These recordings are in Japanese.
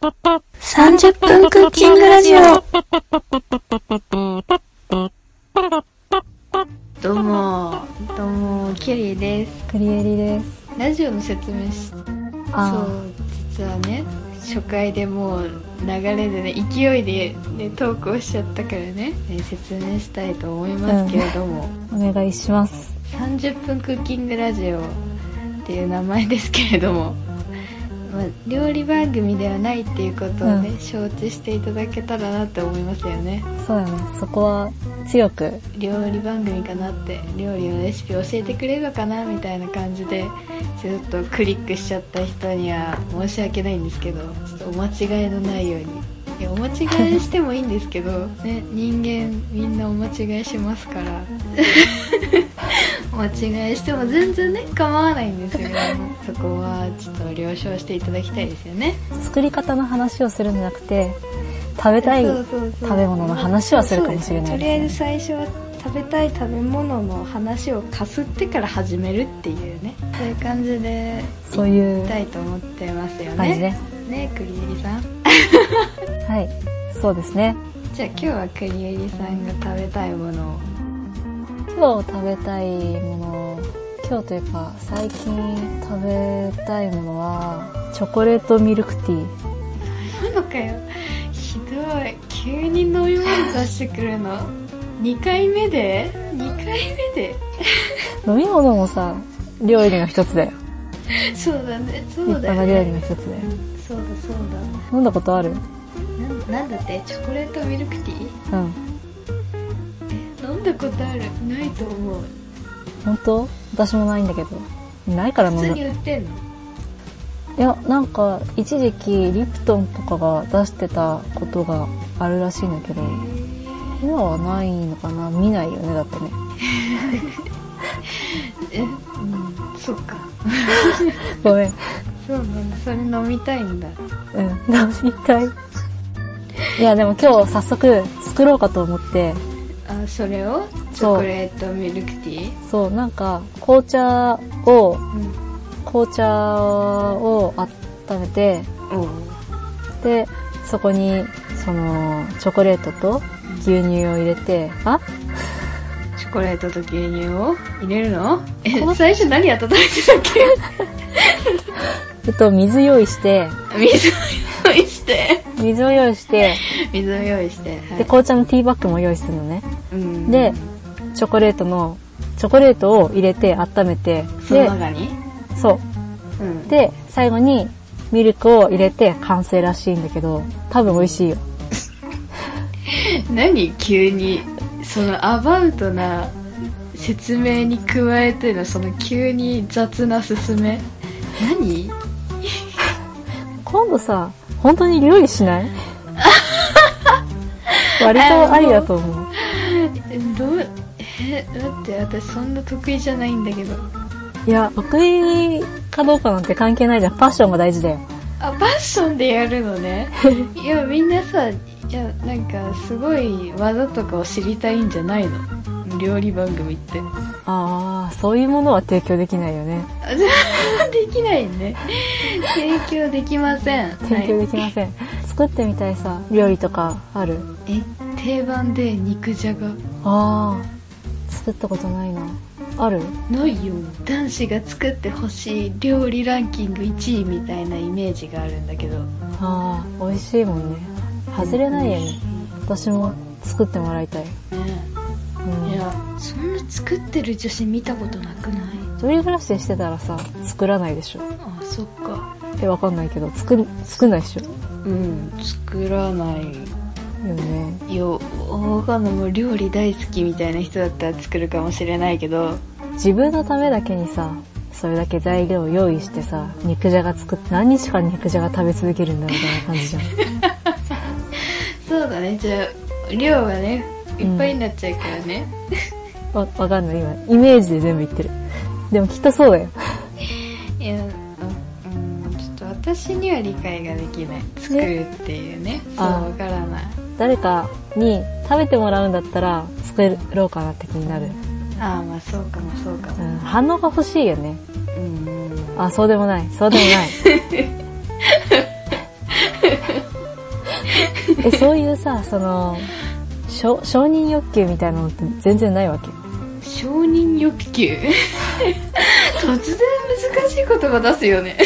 30分クッキングラジオ。どうも、どうも、キュリーです。クリエリです。ラジオの説明し、そう、あ実はね、初回でもう流れでね、勢いでね、投稿しちゃったからね、ね説明したいと思いますけれども、あ、お願いします。 30分クッキングラジオっていう名前ですけれども、まあ、料理番組ではないっていうことをね、う承知していただけたらなって思いますよね。そうやね。そこは強く。料理番組かなって料理のレシピ教えてくれるのかなみたいな感じでちょっとクリックしちゃった人には申し訳ないんですけどちょっとお間違いのないようにいやお間違いしてもいいんですけど、ね、人間みんなお間違いしますからお間違いしても全然ね構わないんですよねそこはちょっと了承していただきたいですよね作り方の話をするんじゃなくて、食べたい。そうそうそう食べ物の話はするかもしれないですねそうですねとりあえず最初は食べたい食べ物の話をかすってから始めるっていうねそういう感じでそういう行きたいと思ってますよね感じね。ねクリエリさんはい。そうですね。じゃあ今日はクリエリさんが食べたいものを今日食べたいもの、今日というか最近食べたいものは、チョコレートミルクティー。なのかよひどい急に飲み物出してくるの2回目で2回目で飲み物もさ、料理の一つだよ。そうだね立そうだ派よな料理のね一つだよ。そうだそうだ飲んだことあるななんだってチョコレートミルクティうーん。飲んだことあるないと思う本当私もないんだけど。ないから飲ん普だ通に。売ってんのいやなんか一時期リプトンとかが出してたことがあるらしいんだけど今はないのかな見ないよねだってねえうんそっかごめんそうなんだそれ飲みたいんだうん飲みたいいやでも今日早速作ろうかと思ってあそれをチそうョコレートミルクティーそうなんか紅茶をうん紅茶を温めておうでそこにそのチョコレートと牛乳を入れてあチョコレートと牛乳を入れるのこえの最初何温めてたっ けえっと水用意して水を用意して水を用意して水を用意して、はで、紅茶のティーバッグも用意するのね。うんで、チョコレートの、チョコレートを入れて温めて、そので、中にそうう。んで、最後にミルクを入れて完成らしいんだけど、多分美味しいよ。何急にそのアバウトな説明に加えてのその急に雑な勧め何今度さ、本当に料理しない 割とありだと思う。えどうえだって私そんな得意じゃないんだけどいや、得意かどうかなんて関係ないじゃん。パッションが大事だよ。あパッションでやるの ねいやみんなさいやなんかすごい技とかを知りたいんじゃないの料理番組ってああ、そういうものは提供できないよね。あじゃあ できないね提供できません提供はできません。作ってみたいさ、料理とかあるい、え定番で肉じゃがああ作ったことないなあるないよ男子が作ってほしい料理ランキング1位みたいなイメージがあるんだけどああ美味しいもんね外れないよね私も作ってもらいたい、ねうん、いやそんな作ってる女子見たことなくない一人暮らししてたらさ作らないでしょあそっかえわかんないけど作ん作んないでしょうん作らないよねよ他のもう料理大好きみたいな人だったら作るかもしれないけど自分のためだけにさそれだけ材料を用意してさ肉じゃが作って何日間肉じゃが食べ続けるんだみたいな感じじゃんそうだねじゃあ量がねいっぱいになっちゃうからね、わわかんない今イメージで全部言ってるでもきっとそうだよいやあうんちょっと私には理解ができない作るっていうねそうあわからない誰かに食べてもらうんだったら作ろうかなって気になる、ああまあそうかもそうかうもん、反応が欲しいよねうんあそうでもないそうでもないえ、そういうさ、その、承承認欲求みたいなのって全然ないわけ。承認欲求 突然難しい言葉出すよね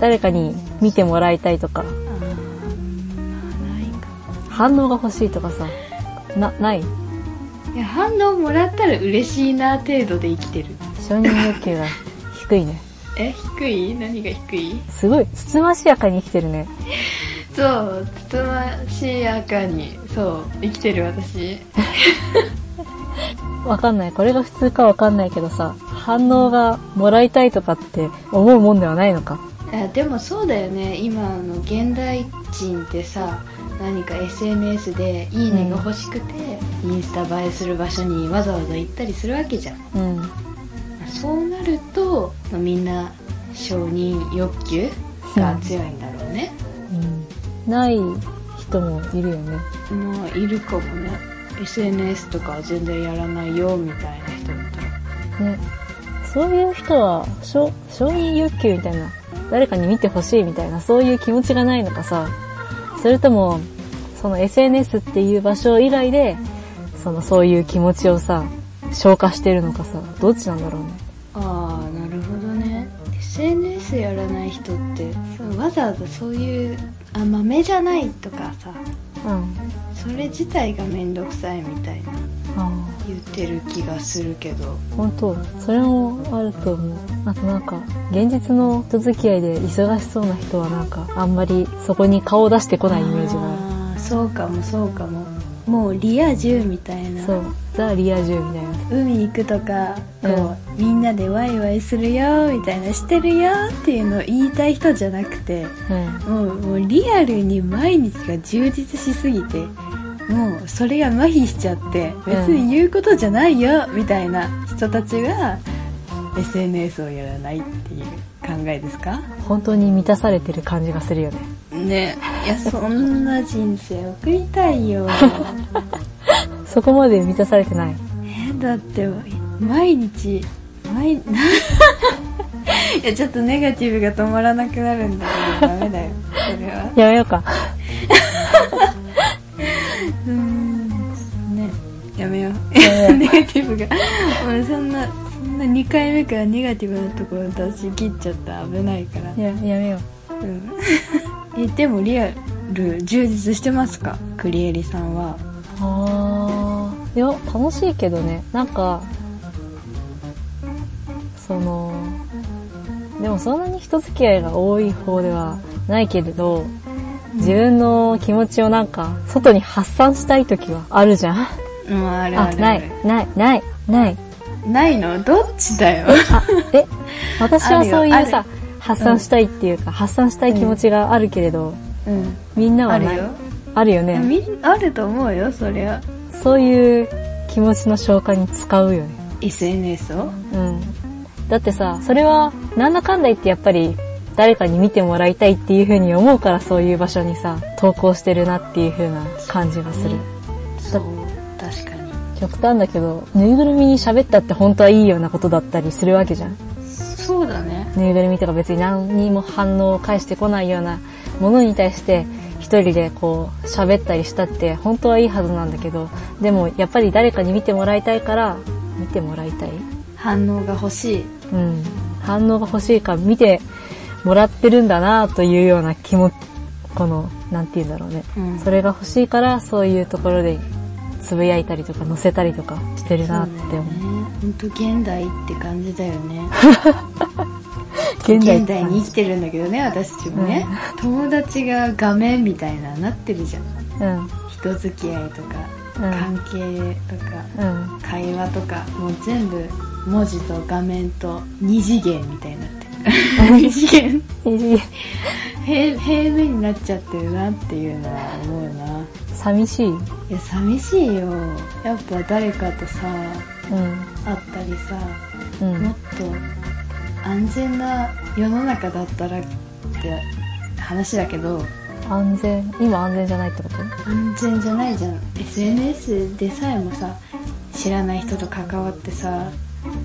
誰かに見てもらいたいとか、あないか反応が欲しいとかさ、な、ないいや反応もらったら嬉しいな程度で生きてる承認欲求が低いね。え低い何が低いすごい、つつましやかに生きてるね。そうつつましやかにそう生きてる私わかんない。これが普通かわかんないけどさ、反応がもらいたいとかって思うもんではないのか。あでもそうだよね今の現代人ってさ何か SNS で「いいね」が欲しくて、インスタ映えする場所にわざわざ行ったりするわけじゃんうん。そうなると、まあみんな承認欲求が強いんだろうね、うん、ない人もいるよね。まあいるかもね SNS とかは全然やらないよみたいな人もいたらね。そういう人は、承承認欲求みたいな、誰かに見てほしいみたいな、そういう気持ちがないのかさ、それとも、その SNS っていう場所以外で、そのそういう気持ちをさ、消化してるのかさ、どっちなんだろうね。ああなるほどね SNS やらない人ってそうわざわざそういうあマメじゃないとかさうん。それ自体が面倒くさいみたいなああ。言ってる気がするけど本当それもあると思うあとなんか現実の人付き合いで忙しそうな人はなんかあんまりそこに顔を出してこないイメージがああーそうかもそうかももうリア充みたいるなそうザ・リア充みたいな海行くとかこう、みんなでワイワイするよみたいなしてるよっていうのを言いたい人じゃなくてうんもうもうリアルに毎日が充実しすぎてもうそれが麻痺しちゃって別に言うことじゃないよ、みたいな人たちが SNS をやらないっていう考えですか本当に満たされてる感じがするよねねいやそんな人生送りたいよそこまで満たされてないえ だって毎日毎 いやちょっとネガティブが止まらなくなるんだけどダメだよそれはやめようかうーんねやめようやめよ ネガティブが俺そんなそんな2回目からネガティブなところ出し切っちゃった危ないからうややめようんえでもリアル充実してますかクリエリさんはうああいや楽しいけどねなんかそのでもそんなに人付き合いが多い方ではないけれど自分の気持ちをなんか、外に発散したい時はあるじゃん。あうんあるあるない、ない、ない、ない。ないのどっちだよあ、え、 私はそうあいうるよあさ、発散したいっていうか、発散したい気持ちがあるけれど、うんみんなあはなるい。よあるよいね。やみんあると思うよそりゃそういう気持ちの消化に使うよね。 SNS をうん。だってさ、それは、なんだかんだ言ってやっぱり、誰かに見てもらいたいっていう風に思うからそういう場所にさ、投稿してるなっていう風な感じがする。そう確かに極端だけど、ぬいぐるみに喋ったって本当はいいようなことだったりするわけじゃん。そうだねぬいぐるみとか別に何にも反応を返してこないようなものに対して、一人でこう喋ったりしたって本当はいいはずなんだけど、でもやっぱり誰かに見てもらいたいから、見てもらいたい反応が欲しいうん。反応が欲しいから見てもらってるんだなというような気も、この、なんて言うんだろうね。うんそれが欲しいからそういうところでつぶやいたりとか載せたりとかしてるなって思う。本当現代って感じだよね現代って現代感にじ生きてるんだけどね私たちもね、友達が画面みたいななってるじゃんうん。人付き合いとか、うん関係とかうん。会話とかもう全部文字と画面と二次元みたいになってる二次元いい平平面になっちゃってるなっていうのは思うな寂しいうん。いや寂しいよやっぱ誰かとさ会ったりさうもんっ。と安全な世の中だったらって話だけど安全。今安全じゃないってこと安全じゃないじゃん SNS でさえもさ知らない人と関わってさあ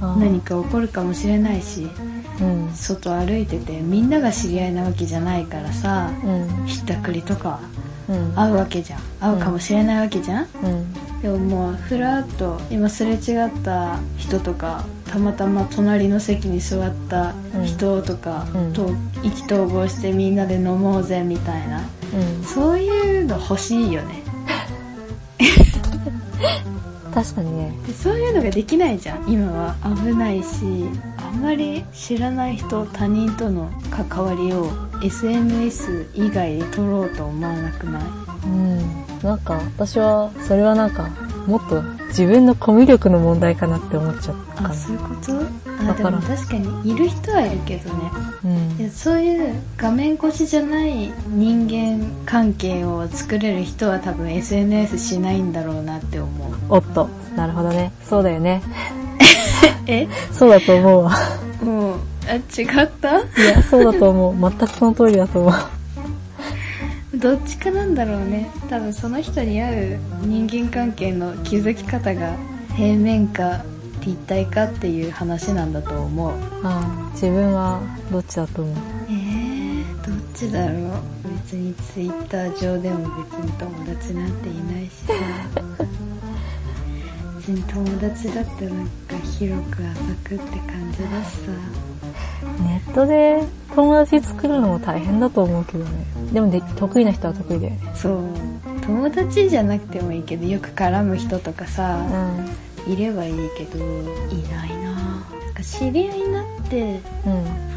ー何か起こるかもしれないしうん。外歩いててみんなが知り合いなわけじゃないからさうん。ひったくりとかうん。会うわけじゃん会うかもしれないわけじゃん、うん。でももうふらっと今すれ違った人とかたまたま隣の席に座った人とかうんと意気投合してみんなで飲もうぜみたいなうそういうの欲しいよねん。確かにね。でそういうのができないじゃん今は危ないしあんまり知らない人他人との関わりを SNS 以外で取ろうと思わなくないうん。なんか、私は、それはなんか、もっと自分のコミュ力の問題かなって思っちゃったかあな。そういうことだかあでらも確かにいる人はいるけどねういん。やそういう画面越しじゃない人間関係を作れる人は多分 SNS しないんだろうなって思うおっと。なるほどね。そうだよね。 えそうだと思うわ。もうあ違ったいや、 そうだと思う。全くその通りだと思う。どっちかなんだろうね多分その人に合う人間関係の築き方が平面か立体かっていう話なんだと思うああ、自分は、どっちだと思う。えー、どっちだろう別に Twitter 上でも別に友達なんていないしさ別に友達だってなんか広く浅くって感じだしさネットで友達作るのも大変だと思うけどね。でもで、得意な人は得意だよね。そう友達じゃなくてもいいけどよく絡む人とかさ、ういればいいけどいないななんか知り合いになってん。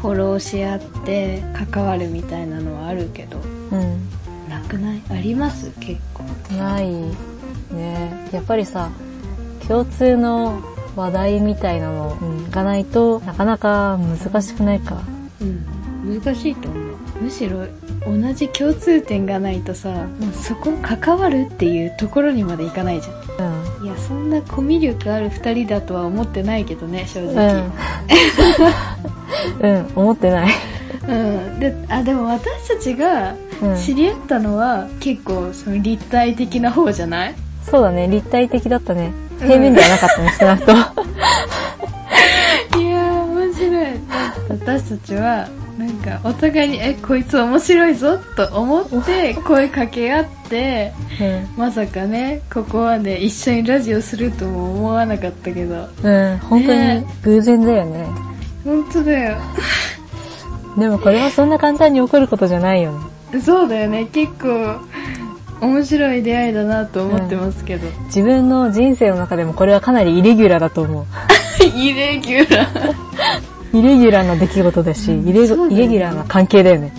フォローし合って関わるみたいなのはあるけどうん。うん。なくないあります結構ないねやっぱりさ共通の話題みたいなのうんがないとなかなか難しくないかうん難しいと思うむしろ同じ共通点がないとさもうそこ関わるっていうところにまでいかないじゃうんんいやそんなコミュ力ある2人だとは思ってないけどね正う直ん うん思ってない、うん、であでも私たちがうん、知り合ったのは結構その立体的な方じゃないそうだね立体的だったね平面ではなかったね少なくとも いやー面白い私たちはなんかお互いに「えこいつ面白いぞ」と思って声かけ合ってまさかねここまで一緒にラジオするとも思わなかったけどうん、うん、本当にね偶然だよね本当だよでもこれはそんな簡単に起こることじゃないよねそうだよね結構面白い出会いだなと思ってますけど、自分の人生の中でもこれはかなりイレギュラーだと思うイレギュラーイレギュラーな出来事だし、イレギそうだよュねイレギュラーな関係だよ ね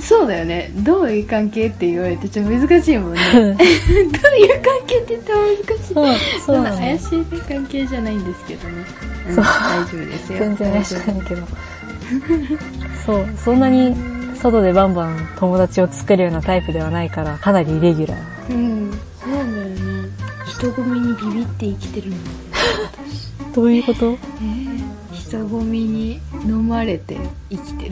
そうだよねどういう関係って言われてちょっと難しいもんね どういう関係って言っても難しいそう、そうまなだの。怪しい関係じゃないんですけどね、うんそう大丈夫ですよ全然怪し大く丈ないけど。そう、そんなに外でバンバン友達を作るようなタイプではないから、かなりイレギュラー。夫うんそうなんだよね人混みにビビって生きてるの私どういうことえー人混みに飲まれて生きてる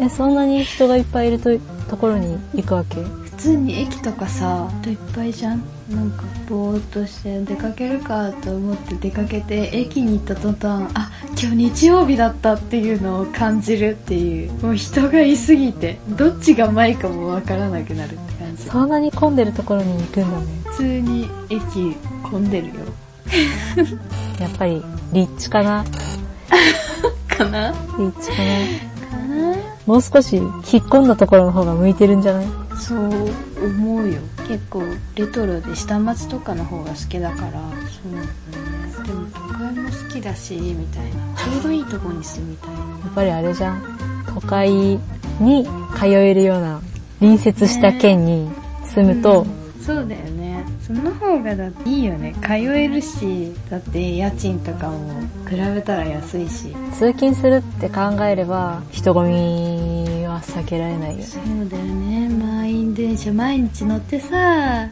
え、そんなに人がいっぱいいるとところに行くわけ普通に駅とかさ人いっぱいじゃんなんかぼーっとして出かけるかと思って出かけて駅に行った途端あ今日日曜日だったっていうのを感じるっていうもう人がいすぎてどっちが前かもわからなくなるって感じそんなに混んでるところに行くんだね。普通に駅混んでるよやっぱり、立地かなかな立地かなかなもう少し、引っ込んだところの方が向いてるんじゃないそう思うよ結構レトロで下町とかの方が好きだからそうだねでも都会も好きだしみたいなちょうどいいとこに住みたいやっぱりあれじゃん。都会に通えるような、隣接した県に住むと、うんそうだよねその方がだっていいよね通えるしだって家賃とかも比べたら安いし通勤するって考えれば人混みは避けられないよねそうだよね満員電車毎日乗ってさや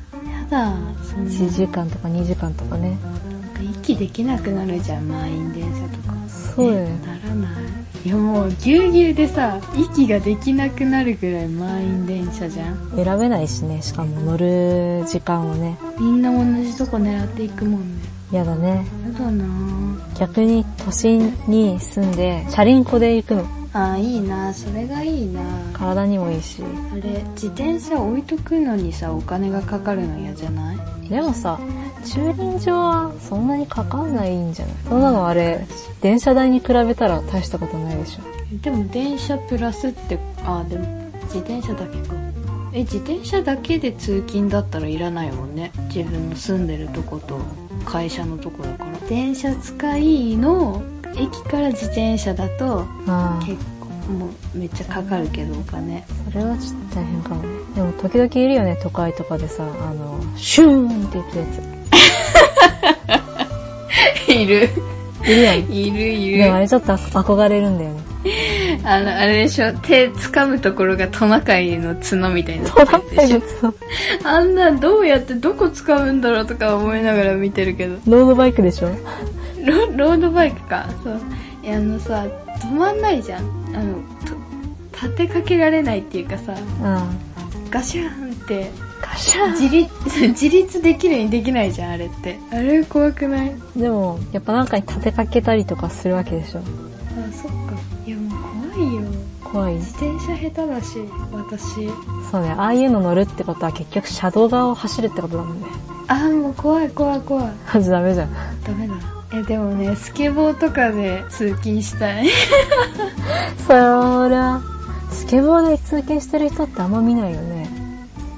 だそんな1時間とか2時間とかねなんか息できなくなるじゃん満員電車とかそうよねならないいやもうぎゅうぎゅうでさ息ができなくなるぐらい満員電車じゃん選べないしねしかも乗る時間をねみんな同じとこ狙っていくもんね嫌だねやだな逆に都心に住んでチャリンコで行くのあああいいなそれがいいな体にもいいし。あれ自転車置いとくのにさお金がかかるの嫌じゃないでもさ、駐輪場はそんなにかかんないんじゃないそんなのあれ、電車代に比べたら大したことないでしょ。でも電車プラスってあでも自転車だけかえ自転車だけで通勤だったらいらないもんね自分の住んでるとこと会社のとこだから電車使いの駅から自転車だとあ結構もうめっちゃかかるけどお金あ、それはちょっと大変かもね。でも時々いるよね、都会とかでさ、あの、シューンって言ったや つ。いるよね。いるいるいでもあるれちょっと憧れるんだよね。あのあれでしょ手掴むところがトナカイの角みたいになトラっンてるでペしょット、あんなんどうやってどこ掴むんだろうとか思いながら見てるけどロードバイクでしょロ ロードバイクかそういやあのさ止まんないじゃんあのと立てかけられないっていうかうさん。ガシャーンってガシャン自立 自立できるにできないじゃんあれってあれ怖くないでも、やっぱなんかに立てかけたりとかするわけでしょあそっかいやもう怖いよ怖い。自転車下手だし私そうね、ああいうの乗るってことは結局車道側を走るってことだもんね。ああもう怖い怖い怖いマジダメじゃん。ダメだえでもねスケボーとかで通勤したいそりゃ、スケボーで通勤してる人ってあんま見ないよね。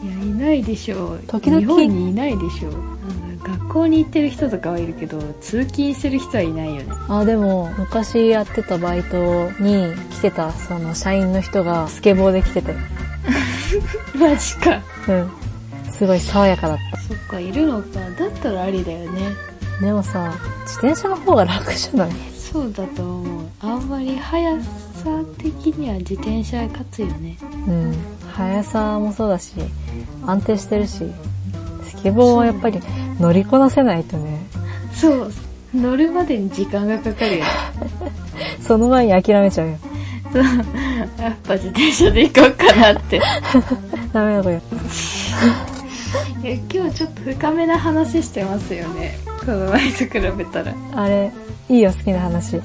いやいないでしょう時々日本にいないでしょうなんか学校に行ってる人とかはいるけど通勤してる人はいないよねあ、でも、昔やってたバイトに来てた、その社員の人がスケボーで来てたよ。マジかうん。すごい爽やかだっそっかいるのかだったらありだよねた。でもさ、自転車の方が楽じゃないそうだと思うあんまり速さ的には自転車勝つよねうん。速さもそうだし、安定してるし、スケボーはやっぱり乗りこなせないとね、そう乗るまでに時間がかかるよねその前に諦めちゃうよ。そうやっぱ自転車で行こうかな ってダメなことやっいや今日ちょっと深めな話してますよねこの前と比べたらた。あれ、いいよ、好きな話。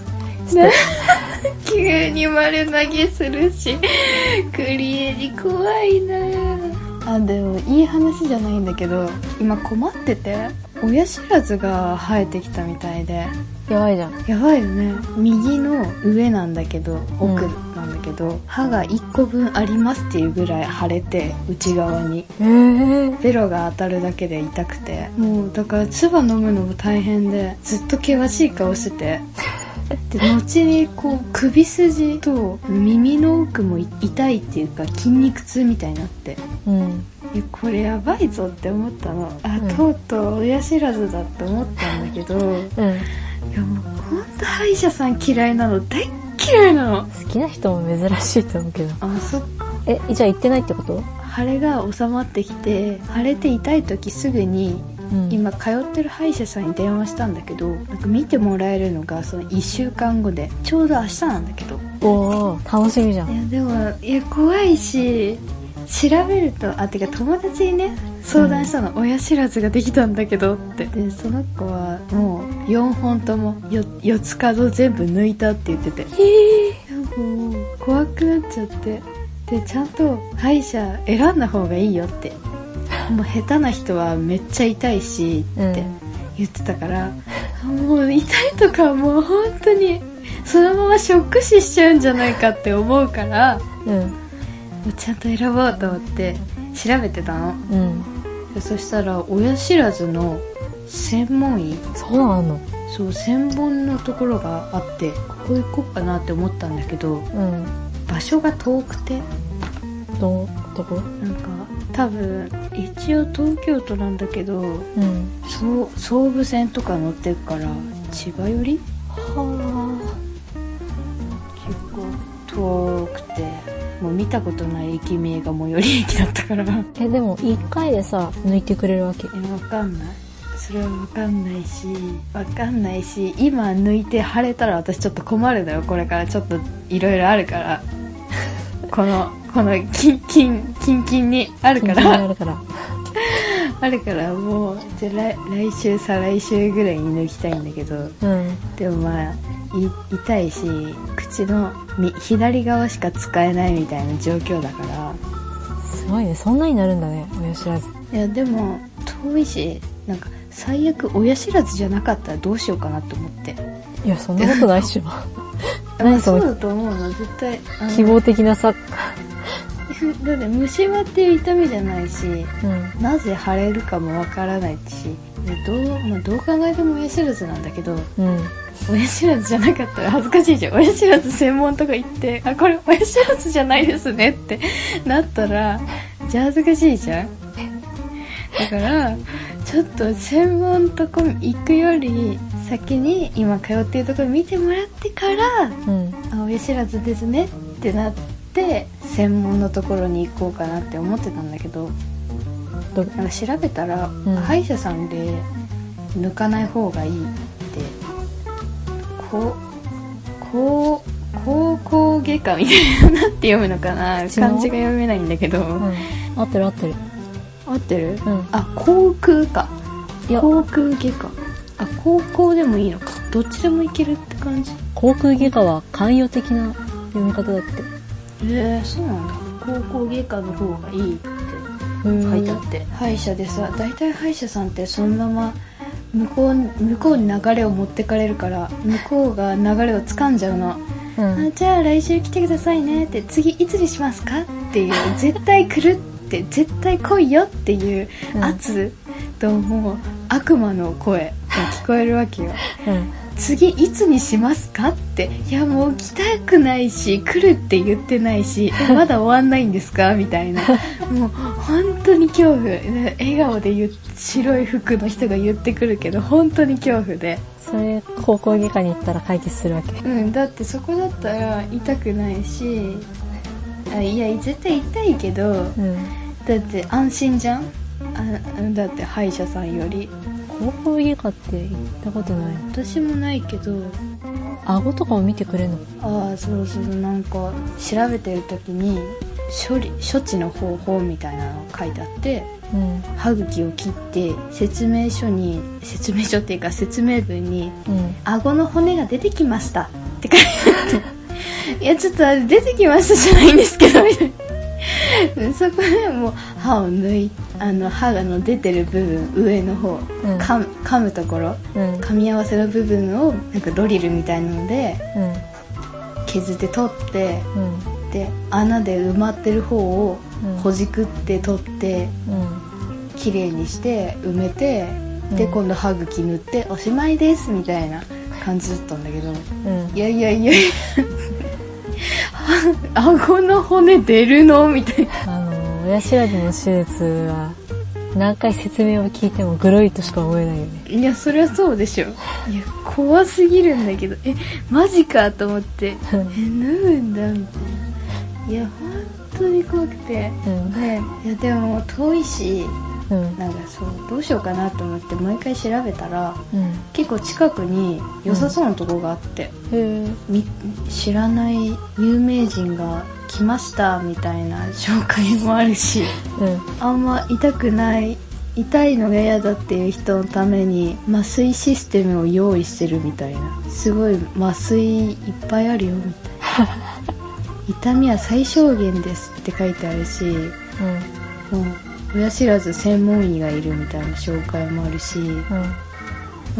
急に丸投げするしクリエに怖いなあでもいい話じゃないんだけど今困ってて親知らずが生えてきたみたいでやばいじゃん。やばいよね右の上なんだけど奥うんなんだけど、歯が1個分ありますっていうぐらい腫れて内側にえー、ベロが当たるだけで痛くてもうだから唾飲むのも大変でずっと険しい顔しててで後にこう首筋と耳の奥も痛いっていうか筋肉痛みたいになってうん。えこれやばいぞって思ったのあ、うんとうとう親知らずだって思ったんだけどいうん。やもうほんと歯医者さん嫌いなの大っ嫌いなの好きな人も珍しいと思うけど。あそっえ、じゃあ行ってないってこと腫れが収まってきて腫れて痛い時すぐにうん。今通ってる歯医者さんに電話したんだけどなんか見てもらえるのがその1週間後でちょうど明日なんだけどおー、楽しみじゃいん。やでもいや怖いし調べるとあてか友達にね相談したの、親知らずができたんだけどってでその子はもう4本ともよ4つ角全部抜いたって言っててなんかもう怖くなっちゃってでちゃんと歯医者選んだ方がいいよってもう下手な人はめっちゃ痛いしってうん言ってたから、もう痛いとかもう本当にそのままショック死しちゃうんじゃないかって思うからもうん。うちゃんと選ぼうと思って調べてたのうん。でそしたら親知らずの専門医そうなのそう専門のところがあってここ行こうかなって思ったんだけどうん。場所が遠くてど、どこなんか多分一応東京都なんだけどうん。そう総武線とか乗ってるから千葉寄りは結構遠くてもう見たことない駅名が最寄り駅だったからいやー。え、でも、一回でさ、抜いてくれるわけ。わかんないそれはわかんないしわかんないし今抜いて腫れたら私ちょっと困るのよこれからちょっといろいろあるから このこのキンキンキンキンにあるか緊急がらあるから。あるからもうじゃあ来来週再来週ぐらいに抜きたいんだけどうん。でもまあい痛いし口のみ左側しか使えないみたいな状況だからすごいね。そんなになるんだね。親知らず。いやでも遠いしなんか最悪親知らずじゃなかったらどうしようかなと思っていや、そんなことないっ しょ。あ何そそうのだと思うの絶対あの希望的なさ。 だって虫歯っていう痛みじゃないしうん。なぜ腫れるかもわからないしでどう,、まあ、どう考えても親知らずなんだけどうん。親知らずじゃなかったら恥ずかしいじゃん親知らず専門とか行ってあこれ親知らずじゃないですねってなったらじゃあ恥ずかしいじゃんだからちょっと専門とこ行くより先に今通ってるところ見てもらってからうん。あ親知らずですねってなって専門のところに行こうかなって思ってたんだけどどなんか調べたら、ん歯医者さんで抜かない方がいいってこうこう高校外科みたいななんて読むのかな漢口字のが読めないんだけど、うん。合ってる合ってる。合ってるうん。あ航空かいや、航空外科あ高校でもいいのかどっちでもいけるって感じ航空外科は寛容的な読み方だって。えー、そうなんだ高校外科の方がいいって書いてあって歯医者でさ大体歯医者さんってそのまま向こう向こうに流れを持ってかれるから向こうが流れを掴んじゃうの、うんあ。じゃあ来週来てくださいねって次いつにしますかっていう絶対来るって絶対来いよっていううん圧ともう悪魔の声が聞こえるわけようん。次いつにしますかっていやもう来たくないし来るって言ってないしえまだ終わんないんですかみたいなもう本当に恐怖ね笑顔で言っ白い服の人が言ってくるけど本当に恐怖で、それ、高校外科に行ったら解決するわけ。うん、だってそこだったら痛くないしあいや絶対痛いけどうん。だって安心じゃんあだって歯医者さんより高校外科って行ったことない。私もないけど顎とかも見てくれるのああそうそうなんか調べてる時に処理処置の方法みたいなのが書いてあってうん。歯茎を切って説明書に説明書っていうか説明文にうん「顎の骨が出てきました」って書いてあって「い やちょっとあれ出てきました」じゃないんですけどみたいな そこでもう歯を抜いあの歯がの出てる部分上の方、うん噛む噛むところうん。噛み合わせの部分をなんかドリルみたいなのでうん。削って取ってうん。で穴で埋まってる方をうんほじくって取ってうん。綺麗にして埋めてでうん今度歯茎塗っておしまいですみたいな感じだったんだけどうん。いやいやいや 顎の骨出るのみたいなあの、親知らずの手術は、何回説明を聞いてもグロいとしか思えないよね。いやそりゃそうでしょいや怖すぎるんだけどえマジかと思ってえう脱んぐんだみたいないや本当に怖くてうん。ねいやでも遠いしうん。なんかそうどうしようかなと思ってもう一回調べたらうん。結構近くに良さそうなとこがあって、へみ知らない有名人が来ましたみたいな紹介もあるしうん。あんま痛くない痛いのが嫌だっていう人のために麻酔システムを用意してるみたいなすごい麻酔いっぱいあるよみたいな痛みは最小限ですって書いてあるしうん。もう親知らず専門医がいるみたいな紹介もあるしうん。も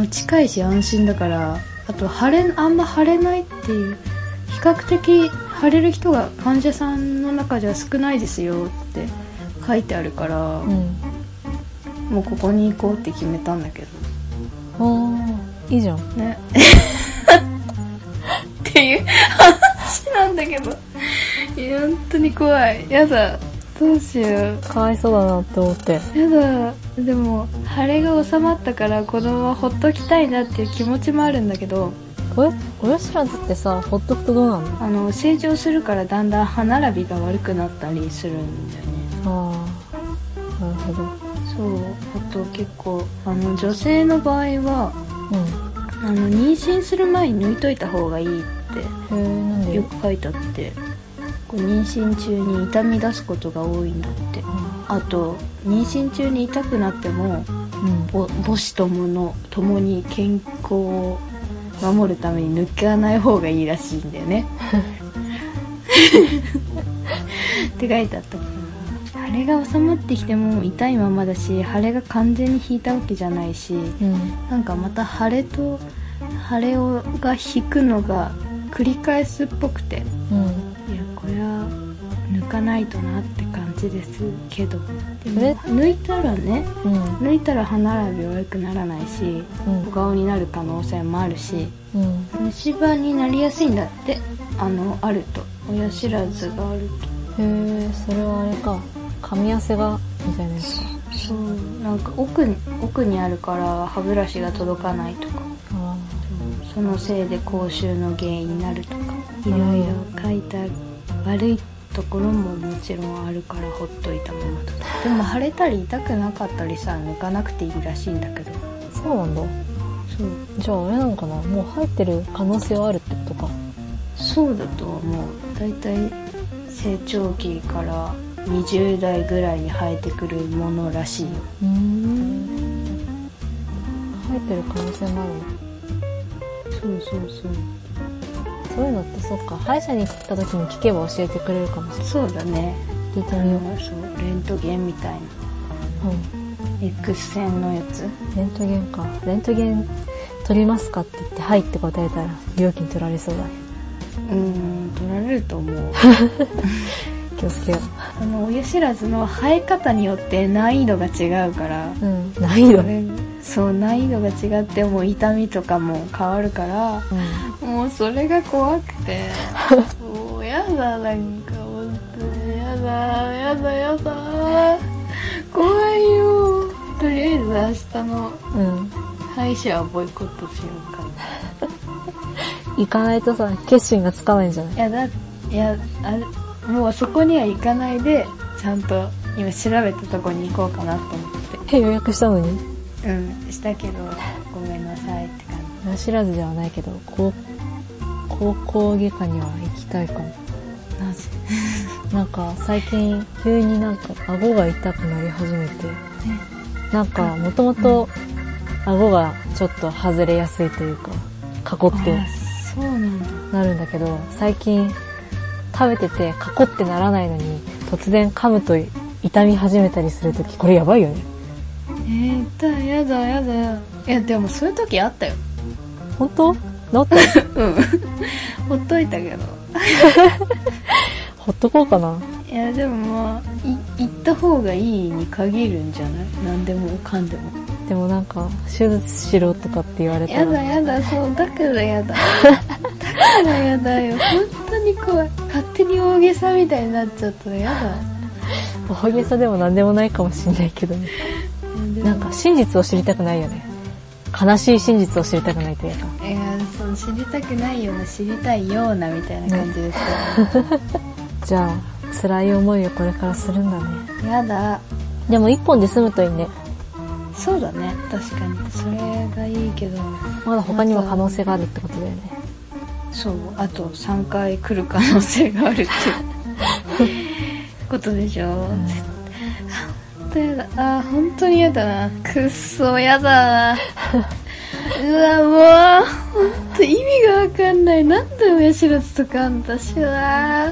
う近いし安心だからあと腫れあんま腫れないっていう比較的腫れる人が患者さんの中では少ないですよって書いてあるから、うん。もうここに行こうって決めたんだけどおー、いいじゃん。ねっていう話なんだけどいや本当に怖いやだどうしようかわいそうだなって思って。やだでも腫れが収まったから子供はほっときたいなっていう気持ちもあるんだけどお親知らずってさ、ほっとくとどうなるのあの成長するからだんだん歯並びが悪くなったりするんだよねああ。なるほど。そうあと結構あの女性の場合はうあの妊娠する前に抜いといた方がいいっん。へえ、なんてでよく書いてあってこう妊娠中に痛み出すことが多いんだってあと妊娠中に痛くなってもうん。ぼ母子ともの共に健康を守るために抜かない方がいいらしいんだよねって書いてあった から腫れが収まってきても痛いままだし腫れが完全に引いたわけじゃないしうん。なんかまた腫れと腫れをが引くのが繰り返すっぽくていやうん。これは抜かないとなって感じですけどでえも抜いたらねうん。抜いたら歯並び悪くならないしうん小顔になる可能性もあるしうん。虫歯になりやすいんだってあのあると親知らずがあるへえ、それはあれか。噛み合わせが、みたいなやつか。とそうなんか奥に奥にあるから歯ブラシが届かないとかあそのせいで口臭の原因になるとかいろいろ書いてある悪いところももちろんあるからほっといたものだとでも腫れたり痛くなかったりさ抜かなくていいらしいんだけどあ。そうなんだ。そうじゃああれなのかなもう入ってる可能性はあるってことか。そうだと思う大体成長期から20代ぐらいに生えてくるものらしいようーん。入ってる可能性もあるのそうそうそうそういうのってそっか、歯医者に行った時に聞けば教えてくれるかもしれない。そうだね聞いてあみよう。のそうレントゲンみたいなうん。 X 線のやつレントゲンか。レントゲン取りますかって言って、はいって答えたら、料金取られそうだね。うーん取られると思 う気をつけよその親知らずの生え方によって難易度が違うからう。うん。難易度。そうれそう難易度が違ってもう痛みとかも変わるかん。らもうそれが怖くてもうやだなんか本当にやだやだやだ怖いよとりあえず明日のうん。歯医者はボイコットしようかな行かないとさ、決心がつかないんじゃないいやだいやあもうそこには行かないでちゃんと今調べたとこに行こうかなと思ってえ、予約したのにうんしたけどごめんなさいって感じ親知らずではないけど、高、高校外科には行きたいかも。なぜなんか最近急になんか顎が痛くなり始めて、なんかもともと顎がちょっと外れやすいというか、カコっあてそうなんだなるんだけど、最近食べててカコってならないのに、突然噛むと痛み始めたりするとき、これやばいよね。えー、痛いやだやだやだいやでもそういう時あったよ本当治 ったうんほっといたけどほっとこうかな。いやでもまあい行った方がいいに限るんじゃない何でもかんでもでもなんか、手術しろとかって言われたやだら、やだそうだからやだだからやだよ本当に怖い勝手に大げさみたいになっちゃったらやだ大げさでも何でもないかもしんないけどね。なんか真実を知りたくないよね。悲しい真実を知りたくないというか。いやそう知りたくないような知りたいようなみたいな感じですけじゃあ、辛い思いをこれからするんだね。 どやだでも一本で済むといいね。そうだね確かにそれがいいけどまだ他にも可能性があるってことだよね。そうあと3回来る可能性があるっていう ことでしょ本当やだあー本当にやだなくっそやだなうわもう本当意味がわかんないなんで親知らずとかあんだしは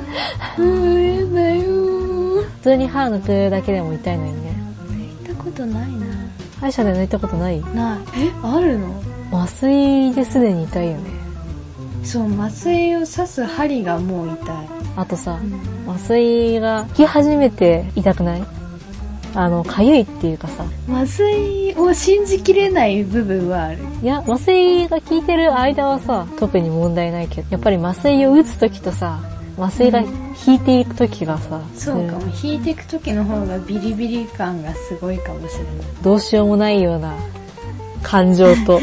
うんやだよ普通に歯抜くだけでも痛いのにね。行ったことないな歯医者で抜いたことないないえあるの麻酔ですでに痛いよね。そう麻酔を刺す針がもう痛い、あとさ、麻酔が効き始めて痛くないあの、痒いっていうかさ。麻酔を信じきれない部分はあるいや、麻酔が効いてる間はさ、特に問題ないけど、やっぱり麻酔を打つ時とさ、麻酔が引いていく時がさ、そうかそれも引いていく時の方がビリビリ感がすごいかもしれないどうしようもないような感情 と、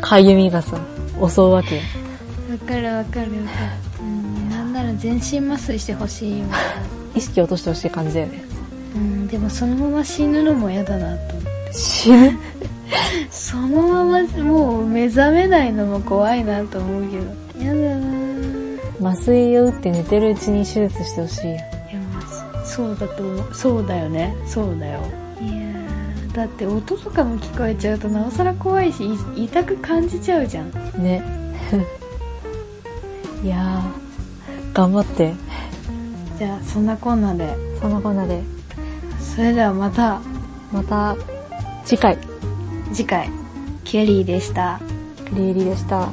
かゆみがさ、襲うわけよ。わかるわかるわかるうんなんなら全身麻酔してほしいよ、意識を落としてほしい感じだよね。うん、でもそのまま死ぬのも嫌だなと思って死ぬそのままもう目覚めないのも怖いなと思うけどやだない麻酔を打って寝てるうちに手術してほしいよ。やまあそうだと思うそうだよねそうだよいやーだって音とかも聞こえちゃうとなおさら怖いしい痛く感じちゃうじゃんね。 いやー、頑張って。じゃあそんなこんなでそのこんなで、それではまたまた次回、次回キャリーでしたクリエリでした。